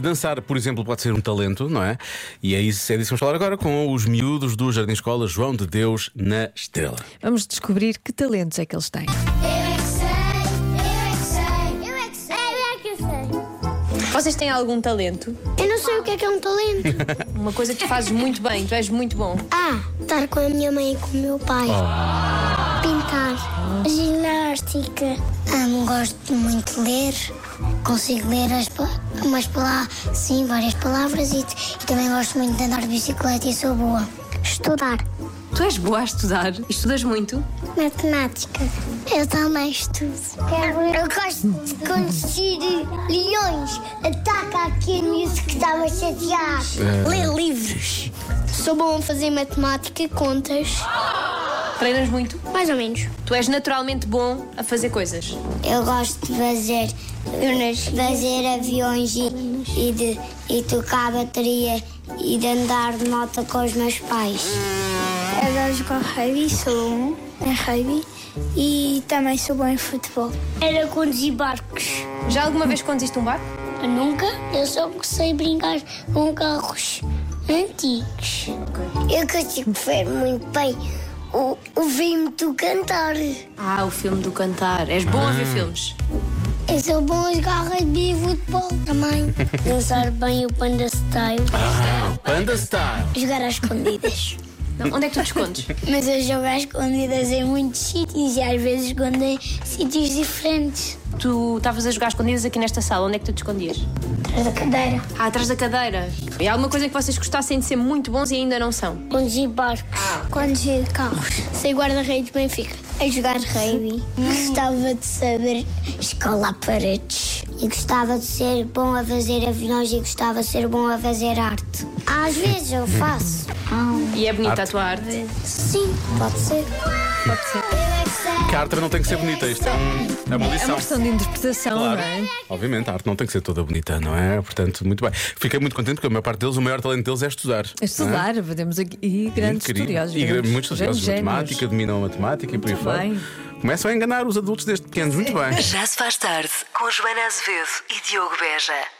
Dançar, por exemplo, pode ser um talento, não é? E é isso é disso que vamos falar agora com os miúdos do Jardim Escola João de Deus na Estrela. Vamos descobrir que talentos é que eles têm. Vocês têm algum talento? Eu não sei o que é que é um talento. Uma coisa que tu fazes muito bem, tu és muito bom. Ah, estar com a minha mãe e com o meu pai. Pintar. Ginástica. Ah, gosto muito de ler. Consigo ler as, pa- umas palavras, sim, várias palavras e, e também gosto muito de andar de bicicleta e sou boa. Estudar. Tu és boa a estudar? Estudas muito? Matemática. Eu também estudo. Eu gosto de conduzir leões. Ataca aquele miúdo que estava chateado. Ler livros. Sou bom a fazer matemática, contas. Treinas muito? Mais ou menos. Tu és naturalmente bom a fazer coisas. Eu gosto de fazer, fazer aviões e, e, de, e tocar a bateria e de andar de moto com os meus pais. Eu gosto com rugby, sou um em rugby e também sou bom em futebol. Era conduzir barcos. Já alguma vez conduziste um barco? Nunca? Eu só sei brincar com carros antigos. Eu consigo ver muito bem o, o tu cantar. Ah, o filme do cantar. És bom a ver filmes. Eu sou bom a jogar rugby e futebol também. Dançar bem o panda style. Panda Star! Jogar às escondidas. Não, onde é que tu te escondes? Mas eu jogo às escondidas em muitos sítios e às vezes escondo em sítios diferentes. tu estavas a jogar escondidas aqui nesta sala. Onde é que tu te escondias? Atrás da cadeira. Ah, atrás da cadeira. E há alguma coisa que vocês gostassem de ser muito bons e ainda não são? Conduzir barcos. Conduzir carros. Ser guarda-redes Benfica. A jogar rugby. Gostava de saber escalar paredes. E gostava de ser bom a fazer aviões e gostava de ser bom a fazer arte. Às vezes eu faço. E é bonita a tua arte. Sim, pode ser. Pode ser. Que a arte não tem que ser bonita, isto é, um, é uma É uma lição. questão de interpretação, Claro. não é? Obviamente, a arte não tem que ser toda bonita, não é? Portanto, muito bem. Fiquei muito contente porque a maior parte deles, o maior talento deles é estudar. A estudar, fazemos aqui e grandes Incrível. estudiosos. E gra- grandes- muitos estudiosos de grandes matemática, génios. dominam a matemática e por aí Muito fora. bem. É. Começam a enganar os adultos desde pequenos, muito bem. Já se faz tarde com Joana Azevedo e Diogo Beja.